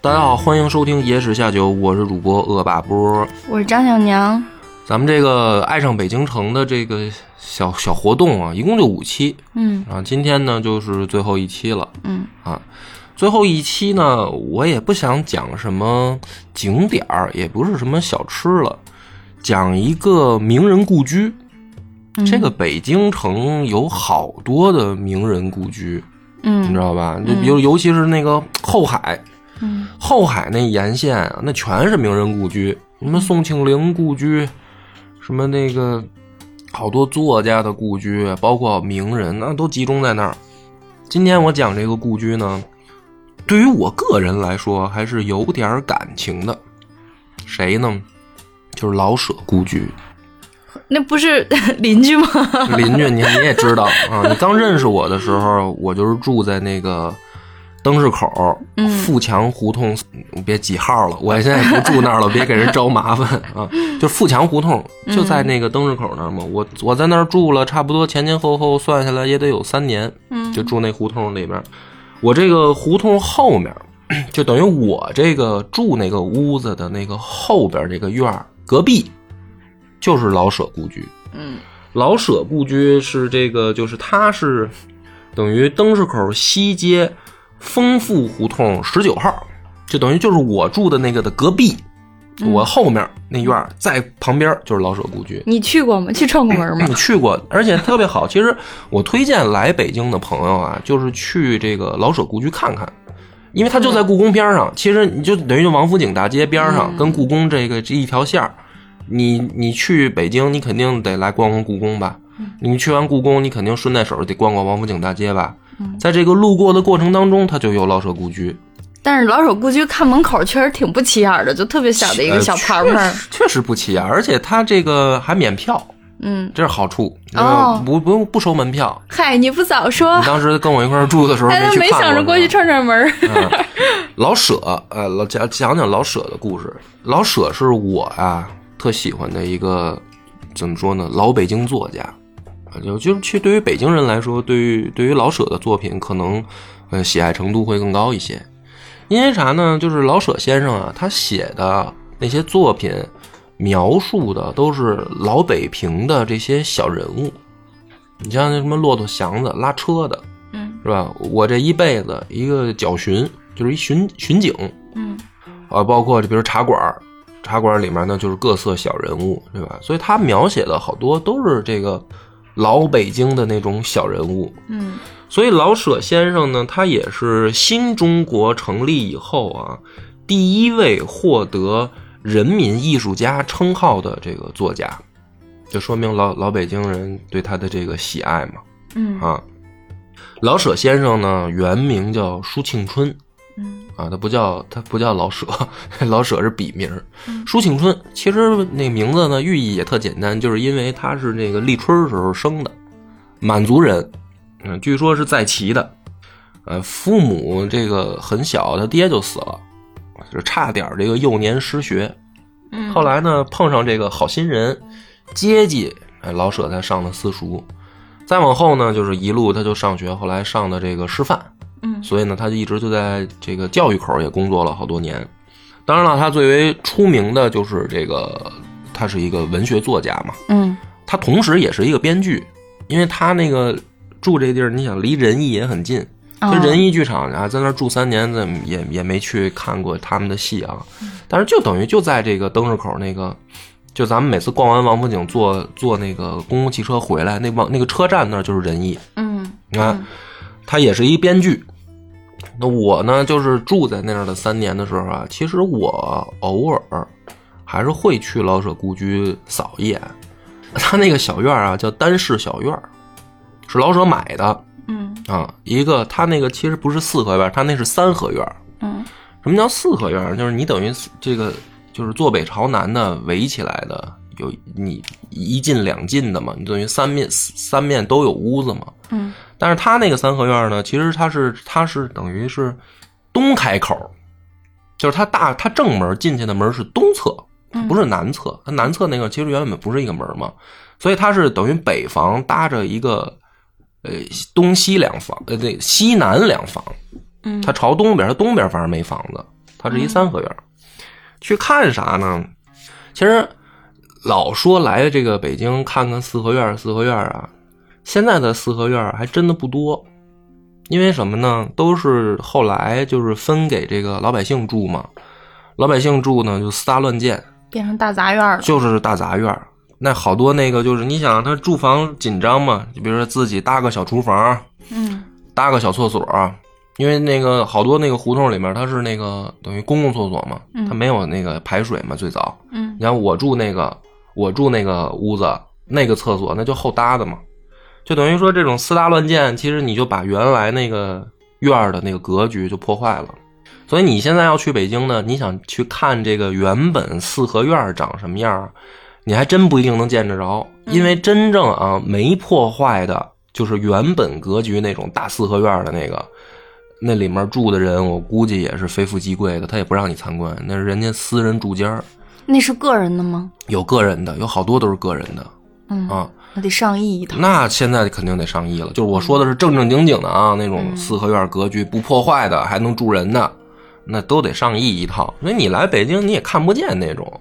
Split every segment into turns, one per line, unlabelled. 大家好，欢迎收听《野史下酒》，我是主播恶霸波。
我是张小娘，
咱们这个爱上北京城的这个小小活动啊，一共就五期
嗯
啊，今天呢就是最后一期了。
嗯
啊，最后一期呢，我也不想讲什么景点儿，也不是什么小吃了，讲一个名人故居。
嗯
这个北京城有好多的名人故居，你知
嗯
道吧？就尤尤其是那个后海，
嗯
后海那沿线啊，那全是名人故居，什么宋庆龄故居，什么那个好多作家的故居，包括名人，那都集中在那儿。今天我讲这个故居呢，对于我个人来说还是有点感情的。谁呢？就是老舍故居，
那不是 邻居吗？
邻居，你你也知道啊。你刚认识我的时候，我就是住在那个灯市口
嗯
富强胡同，别几号了，我现在也不住那儿了，别给人招麻烦啊。就富强胡同，就
嗯
在那个灯市口那儿嘛。我我在那儿住了差不多前前后后算下来也得有三年，
嗯
就住那胡同里边儿。我这个胡同后面儿，就等于我这个住那个屋子的那个后边儿这个院儿隔壁，就是老舍故居。
嗯
老舍故居是这个，就是它是等于灯市口西街丰富胡同十九号，就等于就是我住的那个的隔壁，我后面那院儿在旁边就是老舍故居。
你去过吗？去串过 门吗
你？去过，而且特别好。其实我推荐来北京的朋友啊，就是去这个老舍故居看看，因为它就在故宫边儿
嗯
上。其实你就等于就王府井大街边儿上，跟故宫这个这一条线儿。你你去北京，你肯定得来逛逛故宫吧？
嗯
你去完故宫，你肯定顺带手得逛逛王府井大街吧？
嗯
在这个路过的过程当中，它就有老舍故居，
但是老舍故居看门口确实挺不起眼儿的，就特别小的一个小牌
呃
牌
确。实确实不起眼，而且它这个还免票，
嗯，
这是好处，
哦
不不用不收门票，
嗨，你不早说
你，当时跟我一块儿住的时候
哎，都
去
没
看
想着过去
是吧
串串门儿。
老舍，呃，老讲讲讲老舍的故事。老舍是我啊特喜欢的一个，怎么说呢，老北京作家。啊，就就是去对于北京人来说，对于对于老舍的作品，可能呃喜爱程度会更高一些。因为啥呢？就是老舍先生啊，他写的那些作品，描述的都是老北平的这些小人物。你像那什么骆驼祥子、拉车的，
嗯
是吧？我这一辈子一个角巡，就是一巡巡警
嗯
啊，包括就比如茶馆儿，茶馆儿里面呢就是各色小人物，对吧？所以他描写的好多都是这个老北京的那种小人物。
嗯
所以老舍先生呢，他也是新中国成立以后啊，第一位获得人民艺术家称号的这个作家，就说明老老北京人对他的这个喜爱嘛。
嗯
啊。老舍先生呢，原名叫舒庆春
嗯
啊，他不叫他不叫老舍， 老舍是笔名儿。舒庆春其实那名字呢，寓意也特简单，就是因为他是那个立春儿时候生的，满族人，嗯，据说是在旗的。呃，父母这个很小，他爹就死了，就差点儿这个幼年失学。
嗯，
后来呢，碰上这个好心人接济，哎，老舍才上的私塾。再往后呢，就是一路他就上学，后来上的这个师范，
嗯
所以呢，他就一直就在这个教育口也工作了好多年。当然了，他最为出名的就是这个，他是一个文学作家嘛，
嗯
他同时也是一个编剧，因为他那个住这地儿，你想离仁义也很近，
哦
这仁义剧场啊，在那儿住三年，怎么也也没去看过他们的戏啊。但是就等于就在这个灯市口那个，就咱们每次逛完王府井坐坐那个公共汽车回来，那往那个车站那儿就是仁义。
嗯
你看，他也是一编剧。那我呢，就是住在那儿的三年的时候啊，其实我偶尔还是会去老舍故居扫一眼。他那个小院儿啊，叫单室小院儿，是老舍买的
嗯
啊。一个他那个其实不是四合院儿，他那是三合院儿。
嗯
什么叫四合院儿？就是你等于这个就是坐北朝南的围起来的，有你一进两进的嘛，你等于三面三面都有屋子嘛。
嗯
但是他那个三合院呢，其实它是它是等于是东开口，就是它大它正门进去的门是东侧，不是南侧。它南侧那个其实原本不是一个门嘛，所以它是等于北房搭着一个呃东西两房，呃对西南两房，
嗯
它朝东边，它东边反而没房子，它是一三合院儿。去看啥呢？其实老说来这个北京看看四合院儿，四合院儿啊，现在的四合院儿还真的不多，因为什么呢？都是后来就是分给这个老百姓住嘛，老百姓住呢就私搭乱建，
变成大杂院了。
就是大杂院儿。那好多那个就是你想，他住房紧张嘛，就比如说自己搭个小厨房，
嗯
搭个小厕所，因为那个好多那个胡同里面它是那个等于公共厕所嘛，
嗯
它没有那个排水嘛，最早。
嗯
你看我住那个我住那个屋子那个厕所，那就后搭的嘛，就等于说这种私搭乱建，其实你就把原来那个院儿的那个格局就破坏了。所以你现在要去北京呢，你想去看这个原本四合院儿长什么样儿，你还真不一定能见得着，因为真正啊没破坏的，就是原本格局那种大四合院儿的那个，那里面住的人，我估计也是非富即贵的，他也不让你参观，那是人家私人住间儿。
那是个人的吗？
有个人的，有好多都是个人的
嗯，
啊。
那得上亿一套。
那现在肯定得上亿了。就是我说的是正正经经的啊，那
嗯
种四合院格局不破坏的，还能住人的，那都得上亿一套。所以你来北京你也看不见那种。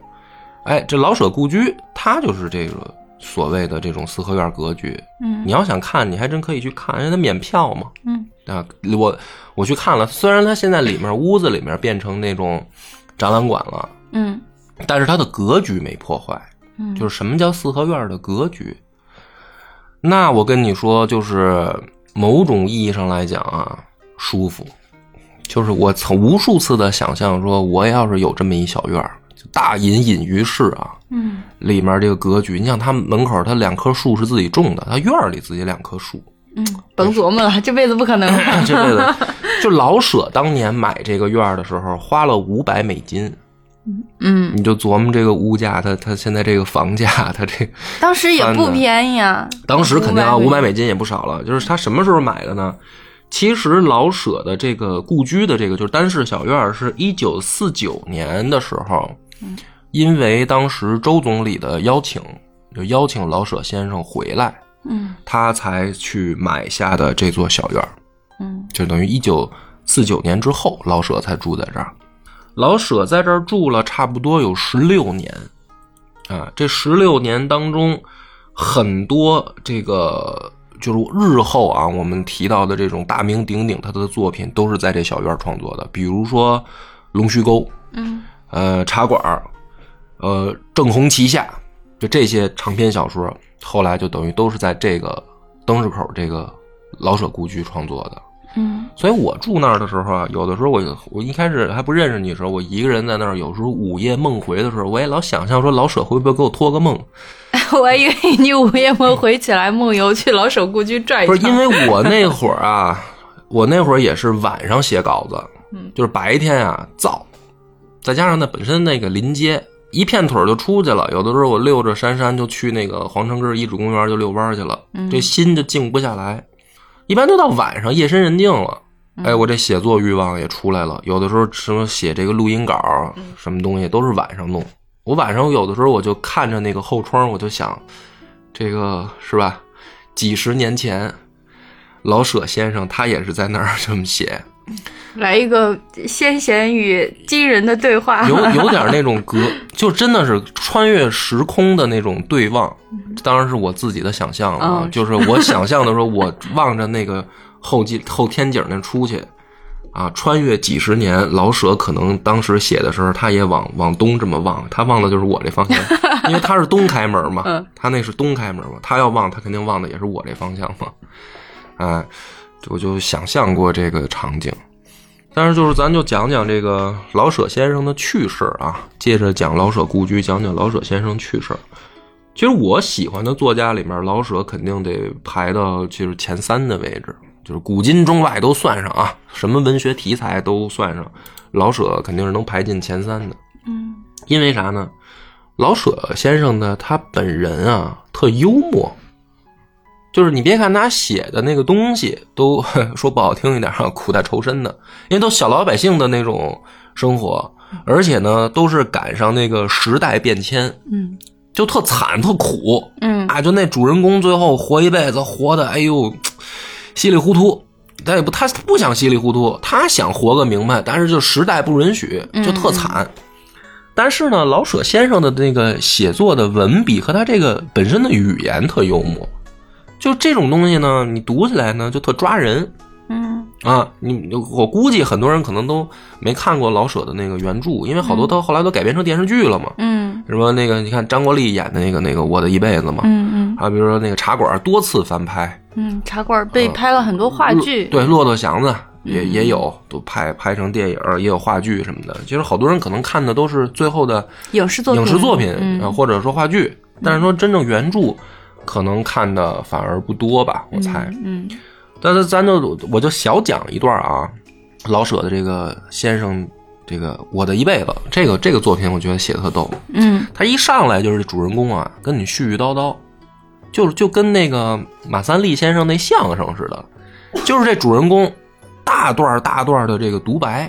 哎，这老舍故居，它就是这个所谓的这种四合院格局。
嗯
你要想看，你还真可以去看，因为它免票嘛。
嗯
啊，我我去看了，虽然它现在里面屋子里面变成那种展览馆了，
嗯
但是它的格局没破坏。
嗯，
就是什么叫四合院的格局？那我跟你说，就是某种意义上来讲啊，舒服。就是我曾无数次的想象说，我要是有这么一小院儿，就大隐隐于市啊，
嗯
里面这个格局，你想他们门口，他两棵树是自己种的，他院儿里自己两棵树，
嗯，甭琢磨了，这辈子不可能了。
这辈子就老舍当年买这个院儿的时候花了五百美金，
嗯，
你就琢磨这个物价，它它现在这个房价，它这
当时也
翻
不
的
便宜啊。
当时肯定啊，
500
五百美金也不少了。就是他什么时候买的呢？其实老舍的这个故居的这个就是单室小院儿，是一九四九年的时候，因为当时周总理的邀请，就邀请老舍先生回来，
嗯
他才去买下的这座小院儿。
嗯
就等于一九四九年之后，老舍才住在这儿。老舍在这儿住了差不多有十六年，啊，这十六年当中，很多这个就是日后啊，我们提到的这种大名鼎鼎他的作品，都是在这小院儿创作的，比如说《龙须沟》、
嗯
呃《茶馆》、呃《正红旗下》，就这些长篇小说，后来就等于都是在这个灯市口这个老舍故居创作的。
嗯
所以我住那儿的时候啊，有的时候我我一开始还不认识你的时候，我一个人在那儿，有时候午夜梦回的时候，我也老想象说老舍会不会给我托个梦？
我还以为你午夜梦回起来梦游去老舍故居转一
不是，
圈。
因为我那会儿啊，我那会儿也是晚上写稿子，
嗯
就是白天啊燥，再加上呢本身那个临街一片腿儿就出去了，有的时候我溜着珊珊就去那个皇城根儿遗址公园就遛弯儿去了，这心就静不下来。一般都到晚上夜深人静了，哎，我这写作欲望也出来了。有的时候什么写这个录音稿儿什么东西都是晚上弄。我晚上有的时候我就看着那个后窗，我就想，这个是吧？几十年前，老舍先生他也是在那儿这么写，
来一个先贤与今人的对话。
有有点那种隔，就真的是穿越时空的那种对望。当然是我自己的想象了，啊，
嗯
就是我想象的时候，我望着那个后继后天井那出去，啊，穿越几十年，老舍可能当时写的时候，他也往往东这么望，他望的就是我这方向，因为他是东开门嘛，
嗯
他那是东开门嘛，他要望，他肯定望的也是我这方向嘛，哎，我就想象过这个场景。但是就是咱就讲讲这个老舍先生的趣事啊，接着讲老舍故居，讲讲老舍先生趣事。其实我喜欢的作家里面，老舍肯定得排到就是前三的位置，就是古今中外都算上啊，什么文学题材都算上，老舍肯定是能排进前三的。
嗯
因为啥呢？老舍先生呢，他本人啊特幽默，就是你别看他写的那个东西都 说不好听一点啊，苦大仇深的，因为都小老百姓的那种生活，而且呢都是赶上那个时代变迁，
嗯
就特惨特苦，
嗯
哎啊，就那主人公最后活一辈子，活的哎呦，稀里糊涂。他也不他不想稀里糊涂，他想活个明白，但是就时代不允许，就特惨。但是呢，老舍先生的那个写作的文笔和他这个本身的语言特幽默，就这种东西呢，你读起来呢就特抓人。
嗯
啊，你我估计很多人可能都没看过老舍的那个原著，因为好多到后来都改编成电视剧了嘛。
嗯
什么那个，你看张国立演的那个那个《我的一辈子》嘛，
嗯嗯
还有比如说那个茶馆多次翻拍，嗯
嗯，茶馆被拍了很多话剧，嗯
对，《骆驼祥子》也也有，都拍拍成电影儿，也有话剧什么的。其实好多人可能看的都是最后的
影视作品，
影视作品，
嗯
呃或者说话剧，但是说真正原著可能看的反而不多吧，我猜。
嗯
但是咱就我就小讲一段啊，老舍的这个先生，这个我的一辈子，这个这个作品我觉得写的特逗。
嗯
他一上来就是主人公啊，跟你絮絮叨叨，就是就跟那个马三立先生那相声似的，就是这主人公大段大段的这个独白。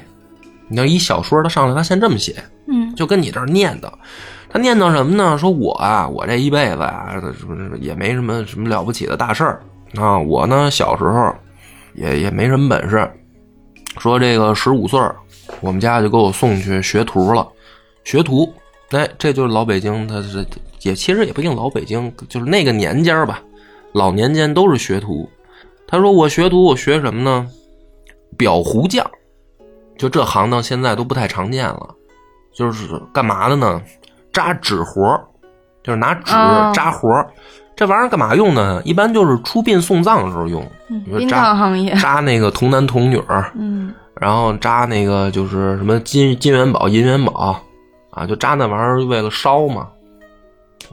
你要一小说，他上来他先这么写，
嗯
就跟你这儿念叨，他念叨什么呢？说我啊，我这一辈子啊，什么什么也没什么什么了不起的大事儿啊。我呢，小时候也也没什么本事。说这个十五岁儿，我们家就给我送去学徒了，学徒。哎，这就是老北京，他是也其实也不一定老北京，就是那个年间儿吧，老年间都是学徒。他说我学徒，我学什么呢？裱糊匠，就这行当现在都不太常见了。就是干嘛的呢？扎纸活儿就是拿纸
哦
扎活儿这玩意儿干嘛用呢？一般就是出殡送葬的时候用，
嗯
比如
殡
扎
葬行业，
扎那个童男童女儿，
嗯
然后扎那个就是什么金金元宝、银元宝啊，就扎那玩意儿为了烧嘛。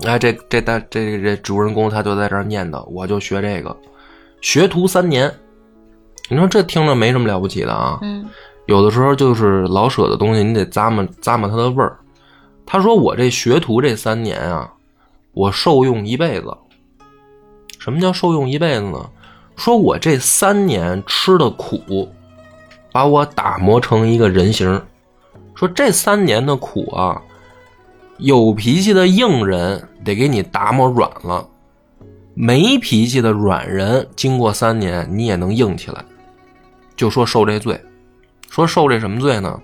哎，这这大这这这主人公他就在这儿念叨，我就学这个，学徒三年。你说这听着没什么了不起的啊，
嗯
有的时候就是老舍的东西，你得咂摸咂摸它的味儿。他说：“我这学徒这三年啊，我受用一辈子。什么叫受用一辈子呢？说我这三年吃的苦，把我打磨成一个人形儿。说这三年的苦啊，有脾气的硬人得给你打磨软了，没脾气的软人，经过三年你也能硬起来。就说受这罪。”说受这什么罪呢？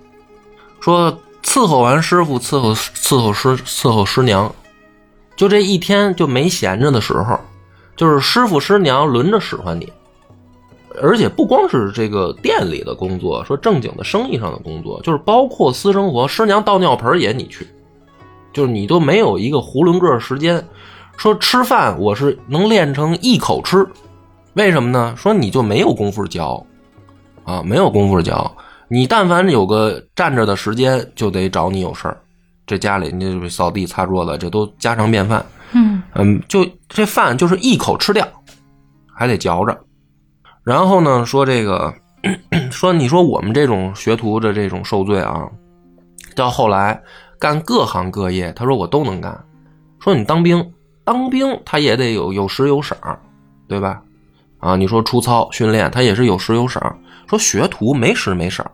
说伺候完师傅，伺候伺候师伺候师娘，就这一天就没闲着的时候，就是师傅师娘轮着使唤你，而且不光是这个店里的工作，说正经的生意上的工作，就是包括私生活，师娘倒尿盆儿也你去，就是你都没有一个囫囵个儿时间。说吃饭我是能练成一口吃，为什么呢？说你就没有功夫教，啊，没有功夫教。你但凡有个站着的时间，就得找你有事儿。这家里你扫地、擦桌子，这都家常便饭。
嗯
嗯，就这饭就是一口吃掉，还得嚼着。然后呢，说这个， 说你说我们这种学徒的这种受罪啊，到后来干各行各业，他说我都能干。说你当兵，当兵他也得有有时有赏，对吧？啊，你说出操训练，他也是有时有赏。说学徒没时没赏，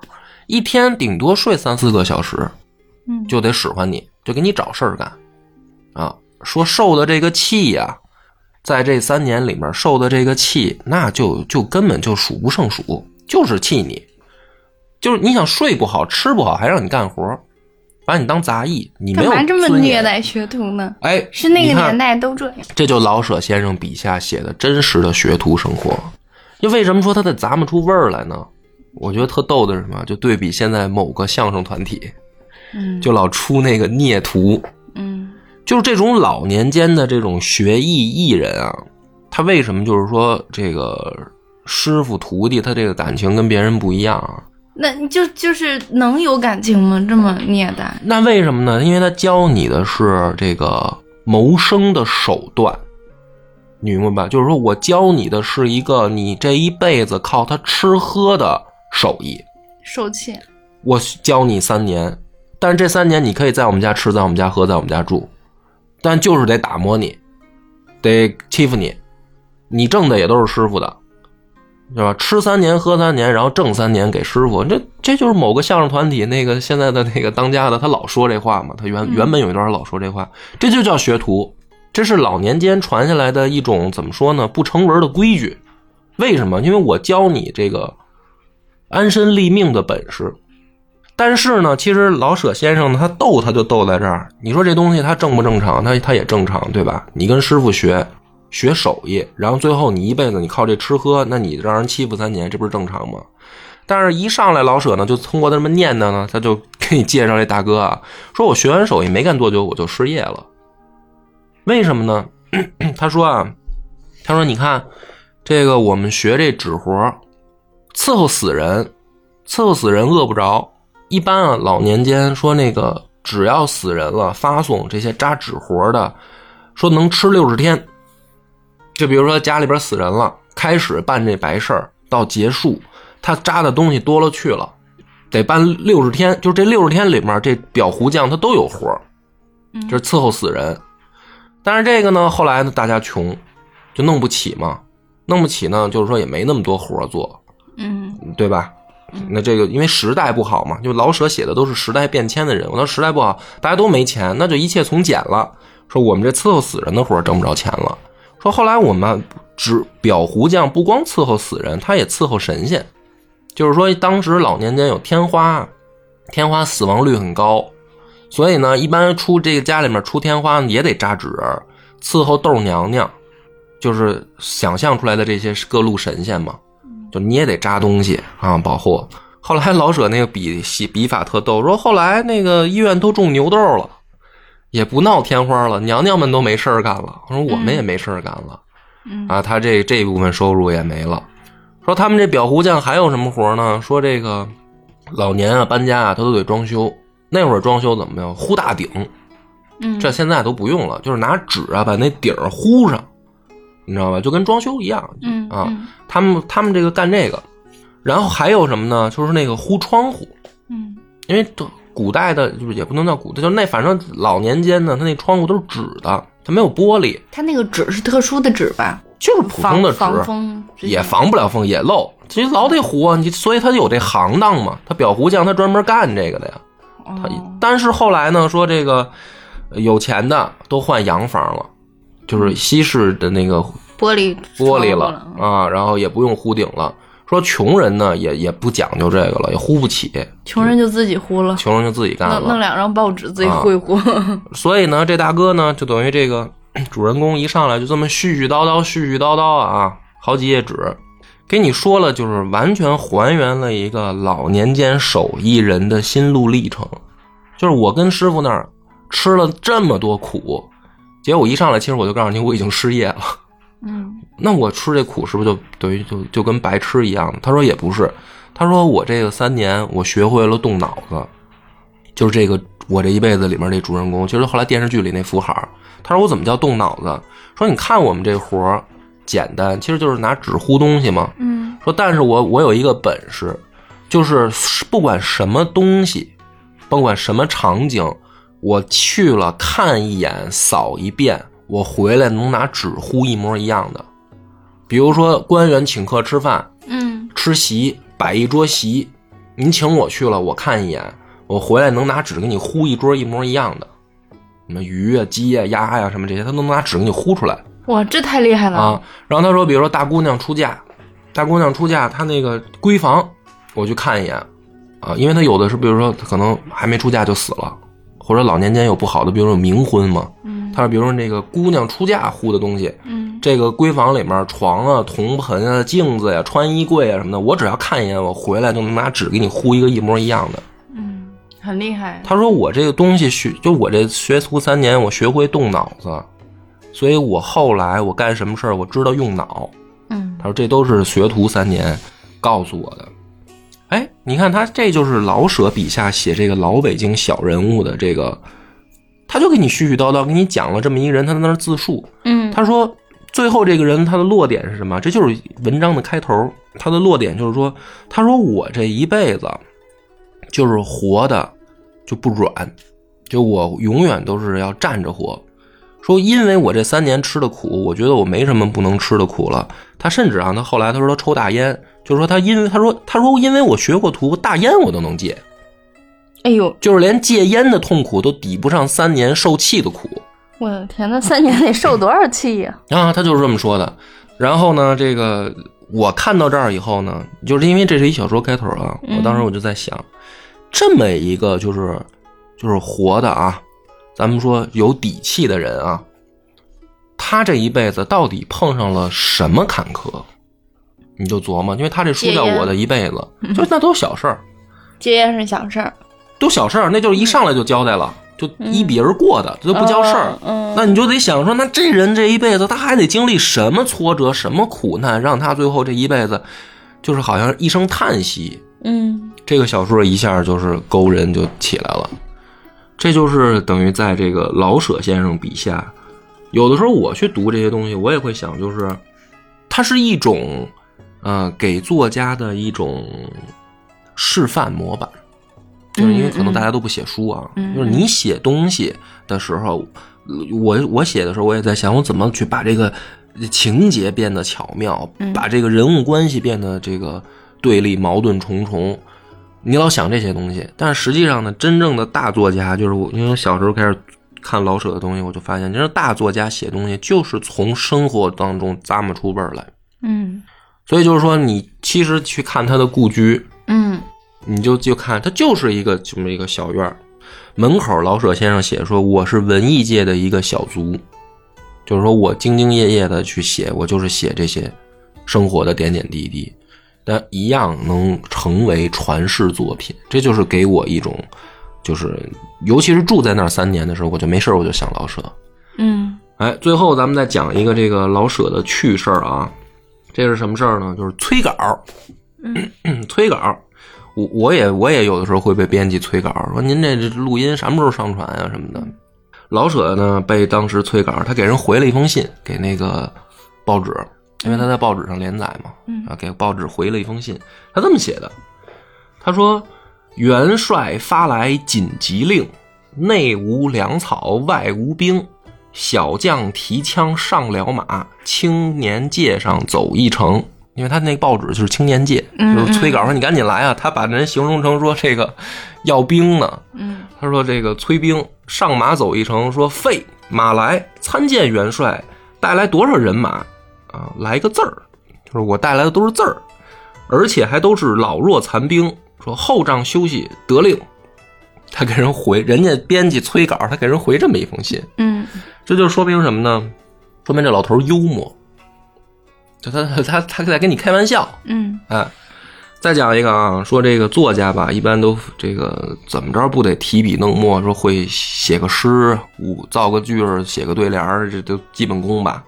一天顶多睡三四个小时，
嗯，
就得使唤你，就给你找事儿干，啊，说受的这个气呀、在这三年里面受的这个气，那就就根本就数不胜数，就是气你，就是你想睡不好、吃不好，还让你干活儿，把你当杂役，你没
干
有
嘛这么
尊严
虐？待学徒呢？
哎，
是那
你
个
看
年代都这样，
这就老舍先生笔下写的真实的学徒生活。就为什么说他得咂摸出味儿来呢？我觉得特逗的是什么？就对比现在某个相声团体，
嗯
就老出那个孽徒，
嗯
就是这种老年间的这种学艺艺人啊，他为什么就是说这个师傅徒弟他这个感情跟别人不一样啊？
那你就就是能有感情吗？这么虐待，
那为什么呢？因为他教你的是这个谋生的手段，你明白吧？就是说我教你的是一个你这一辈子靠他吃喝的手艺。
受气，
我教你三年，但是这三年你可以在我们家吃，在我们家喝，在我们家住，但就是得打磨你，得欺负你，你挣的也都是师傅的，对吧？吃三年，喝三年，然后挣三年给师傅，这这就是某个相声团体那个现在的那个当家的，他老说这话嘛，他原原本有一段他老说这话，这就叫学徒，这是老年间传下来的一种怎么说呢？不成文的规矩。为什么？因为我教你这个安身立命的本事。但是呢，其实老舍先生呢，他逗他就逗在这儿。你说这东西他正不正常？他他也正常，对吧？你跟师傅学学手艺，然后最后你一辈子你靠这吃喝，那你让人欺负三年，这不是正常吗？但是，一上来老舍呢，就通过他们念叨呢，他就给你介绍这大哥啊， 说我学完手艺没干多久我就失业了，为什么呢？ 他说啊，他说你看，这个我们学这纸活儿伺候死人，伺候死人饿不着。一般啊，老年间说那个只要死人了，发送这些扎纸活儿的，说能吃六十天。就比如说家里边死人了，开始办这白事儿到结束，他扎的东西多了去了，得办六十天。就这六十天里面，这裱糊匠他都有活儿，就是伺候死人。但是这个呢，后来呢，大家穷，就弄不起嘛，弄不起呢，就是说也没那么多活儿做，
嗯
对吧？那这个因为时代不好嘛，就老舍写的都是时代变迁的人物，那时代不好，大家都没钱，那就一切从简了。说我们这伺候死人的活儿挣不着钱了。说后来我们只裱糊匠不光伺候死人，他也伺候神仙，就是说当时老年间有天花，天花死亡率很高，所以呢，一般出这个家里面出天花也得扎纸人儿，伺候豆娘娘，就是想象出来的这些各路神仙嘛。就你也得扎东西啊，保护。后来老舍那个笔写笔法特逗，说后来那个医院都种牛痘了，也不闹天花了，娘娘们都没事儿干了。我说我们也没事儿干了，
嗯
啊，他这这部分收入也没了。说他们这裱糊匠还有什么活呢？说这个老年啊搬家啊，他都得装修。那会儿装修怎么样？糊大顶，
嗯，
这现在都不用了，就是拿纸啊把那顶儿糊上，你知道吧？就跟装修一样，
嗯
啊他们他们这个干这个，然后还有什么呢？就是那个糊窗户，
嗯
因为都古代的就是也不能叫古代，就是那反正老年间呢，它那窗户都是纸的，它没有玻璃，
它那个纸是特殊的纸吧？
就是普通的纸，
防防风之类
也
的
防不了风也漏，其实老得糊啊，你所以它有这行当嘛，它裱糊匠他专门干这个的呀。他
哦
但是后来呢，说这个呃有钱的都换洋房了，就是西式的那个
玻璃
玻璃
嗯窗户
了啊，然后也不用糊顶了。说穷人呢，也也不讲究这个了，也糊不起，
穷人就自己糊了，
穷人就自己干
弄弄
了。啊
两张报纸自己糊一糊。
所以呢，这大哥呢，就等于这个主人公一上来就这么絮絮叨叨、絮絮叨叨啊，好几页纸，给你说了，就是完全还原了一个老年间手艺人的心路历程。就是我跟师傅那儿吃了这么多苦，结果一上来，其实我就告诉你，我已经失业了。
嗯
那我吃这苦是不是就等于就就跟白吃一样？他说也不是，他说我这个三年我学会了动脑子，就是这个我这一辈子里面这主人公，就是后来电视剧里那福海儿，他说我怎么叫动脑子？说你看我们这活儿简单，其实就是拿纸糊东西嘛。
嗯
说但是我我有一个本事，就是不管什么东西，不管什么场景，我去了看一眼，扫一遍，我回来能拿纸糊一模一样的。比如说官员请客吃饭，
嗯
吃席摆一桌席，您请我去了，我看一眼，我回来能拿纸给你糊一桌一模一样的。什么鱼啊、鸡啊、鸭呀、什么这些，他都能拿纸给你糊出来。
哇，这太厉害了
啊。然后他说，比如说大姑娘出嫁，大姑娘出嫁，她那个闺房，我去看一眼啊，因为她有的是，比如说她可能还没出嫁就死了，或者老年间有不好的，比如说冥婚嘛。
嗯
他说，比如说那个姑娘出嫁糊的东西，
嗯
这个闺房里面床啊、铜盆啊、镜子呀、穿衣柜啊什么的，我只要看一眼，我回来就能拿纸给你糊一个一模一样的。
嗯，很厉害。
他说我这个东西学，就我这学徒三年，我学会动脑子，所以我后来我干什么事儿，我知道用脑。
嗯
他说这都是学徒三年告诉我的。哎，你看他这就是老舍笔下写这个老北京小人物的这个，他就给你絮絮叨叨，给你讲了这么一个人，他在那儿自述。
嗯
他说最后这个人他的落点是什么？这就是文章的开头，他的落点就是说，他说我这一辈子就是活的就不软，就我永远都是要站着活。说因为我这三年吃的苦，我觉得我没什么不能吃的苦了。他甚至啊，他后来他说他抽大烟，就是说他因为他说他说因为我学过徒，大烟我都能戒，
哎呦，
就是连戒烟的痛苦都抵不上三年受气的苦。
我 的天，那三年得受多少气呀？
啊，他就是这么说的。然后呢，这个我看到这儿以后呢，就是因为这是一小说开头啊，
嗯
我当时我就在想，这么一个就是就是活的啊，咱们说有底气的人啊，他这一辈子到底碰上了什么坎坷？你就琢磨，因为他这书
戒
叫
烟
《我的一辈 子》，就是那都是小事儿，
戒烟是小事儿，
都小事儿，那就是一上来就交代了，就一笔而过的，这都不叫事儿。
嗯，
那你就得想说，那这人这一辈子他还得经历什么挫折、什么苦难，让他最后这一辈子就是好像一声叹息。
嗯
这个小说一下就是勾人就起来了，这就是等于在这个老舍先生笔下，有的时候我去读这些东西，我也会想，就是它是一种，呃，给作家的一种示范模板，就是因为可能大家都不写书啊，
嗯嗯
就是你写东西的时候，我我写的时候，我也在想，我怎么去把这个情节变得巧妙，
嗯
把这个人物关系变得这个对立矛盾重重。你老想这些东西，但是实际上呢，真正的大作家，就是我，因为我小时候开始看老舍的东西，我就发现，真正大作家写东西就是从生活当中咂摸出味儿来。
嗯
所以就是说，你其实去看他的故居，
嗯
你就就看它就是一个这么一个小院儿，门口老舍先生写说我是文艺界的一个小卒，就是说我兢兢业业的去写，我就是写这些生活的点点滴滴，但一样能成为传世作品，这就是给我一种，就是尤其是住在那儿三年的时候，我就没事儿我就想老舍，
嗯
哎，最后咱们再讲一个这个老舍的趣事儿啊，这是什么事儿呢？就是催稿。嗯， 催稿。我我也我也有的时候会被编辑催稿，说您这这录音啥时候上传啊什么的。老舍呢被当时催稿，他给人回了一封信，给那个报纸，因为他在报纸上连载嘛，
嗯
啊，给报纸回了一封信，他这么写的，他说：“元帅发来紧急令，内无粮草，外无兵，小将提枪上了马，青年界上走一程。”因为他那报纸就是青年界，
嗯
就是催稿说你赶紧来啊！他把人形容成说这个要兵呢，
嗯
他说这个催兵上马走一程，说废马来参见元帅，带来多少人马啊？来个字儿，就是我带来的都是字儿，而且还都是老弱残兵。说后帐休息，得令。他给人回，人家编辑催稿，他给人回这么一封信，
嗯
这就说明什么呢？说明这老头幽默，就他他他他在跟你开玩笑，
嗯
哎，再讲一个啊，说这个作家吧，一般都这个呃怎么着不得提笔弄墨，说会写个诗，五造个句儿，写个对联儿，这都基本功吧。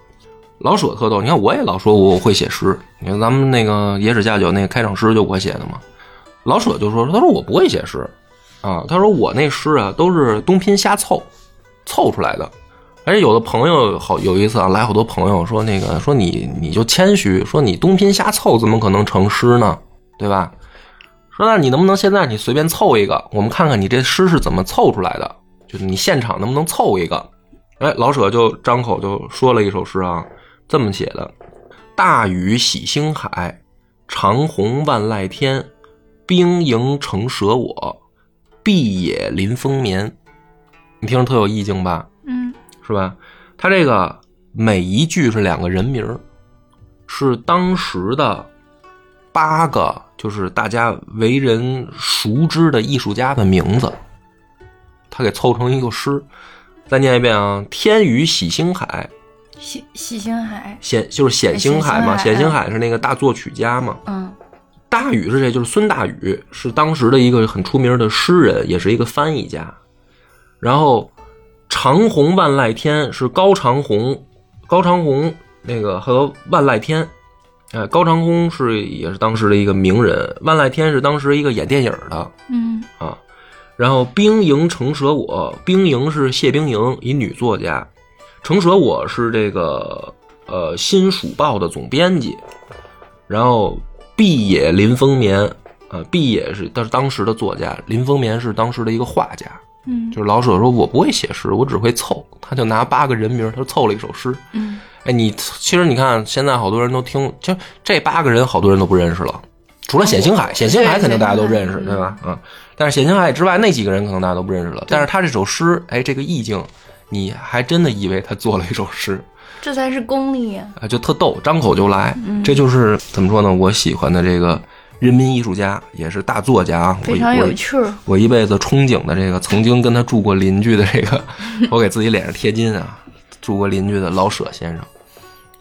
老舍特逗，你看我也老说我会写诗，你看咱们那个《野史下酒》那个开场诗就我写的嘛。老舍就说，他说我不会写诗啊，他说我那诗啊都是东拼瞎凑凑出来的。而且有的朋友好有一次啊，来好多朋友说那个说你你就谦虚，说你东拼瞎凑怎么可能成诗呢？对吧？说那你能不能现在你随便凑一个，我们看看你这诗是怎么凑出来的？就是你现场能不能凑一个？哎，老舍就张口就说了一首诗啊，这么写的：大雨洗星海，长虹万籁天，兵营城舍我，碧野临风眠。你听着特有意境吧？
嗯
是吧？他这个每一句是两个人名儿，是当时的八个就是大家为人熟知的艺术家的名字，他给凑成一个诗。再念一遍啊！天宇喜星海，
喜喜星海，
显就是显星海嘛，显星海是那个大作曲家嘛。
嗯
大禹是谁？就是孙大禹，是当时的一个很出名的诗人，也是一个翻译家。然后长虹万籁天是高长虹，高长虹那个和万籁天，哎，高长虹是也是当时的一个名人，万籁天是当时一个演电影的
嗯
啊。然后兵营城舍我，兵营是谢冰莹，一女作家，城舍我是这个呃新蜀报的总编辑，然后毕野林风眠，呃，毕野是但是当时的作家，林风眠是当时的一个画家，
嗯
就是老舍说我不会写诗，我只会凑，他就拿八个人名，他就凑了一首诗。
嗯
哎，你其实你看现在好多人都听，就这八个人好多人都不认识了。除了冼星海，冼星海肯定大家都认识，对吧？嗯，但是冼星海之外那几个人可能大家都不认识了。但是他这首诗，哎，这个意境，你还真的以为他做了一首诗，
这才是功力呀、
啊，就特逗，张口就来。这就是怎么说呢？我喜欢的这个人民艺术家，也是大作家啊，
非常
我
有趣儿。
我一辈子憧憬的这个，曾经跟他住过邻居的这个，我给自己脸上贴金啊，住过邻居的老舍先生。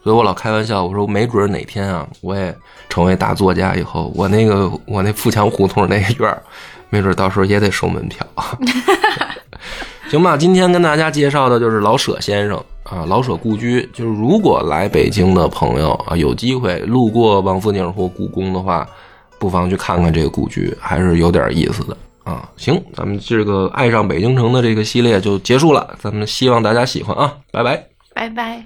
所以我老开玩笑，我说没准儿哪天啊，我也成为大作家以后，我那个我那富强胡同那个院儿，没准儿到时候也得收门票。行吧，今天跟大家介绍的就是老舍先生啊，老舍故居。就是如果来北京的朋友啊，有机会路过王府井或故宫的话，不妨去看看这个故居，还是有点意思的啊。行，咱们这个爱上北京城的这个系列就结束了，咱们希望大家喜欢啊，拜拜。
拜拜。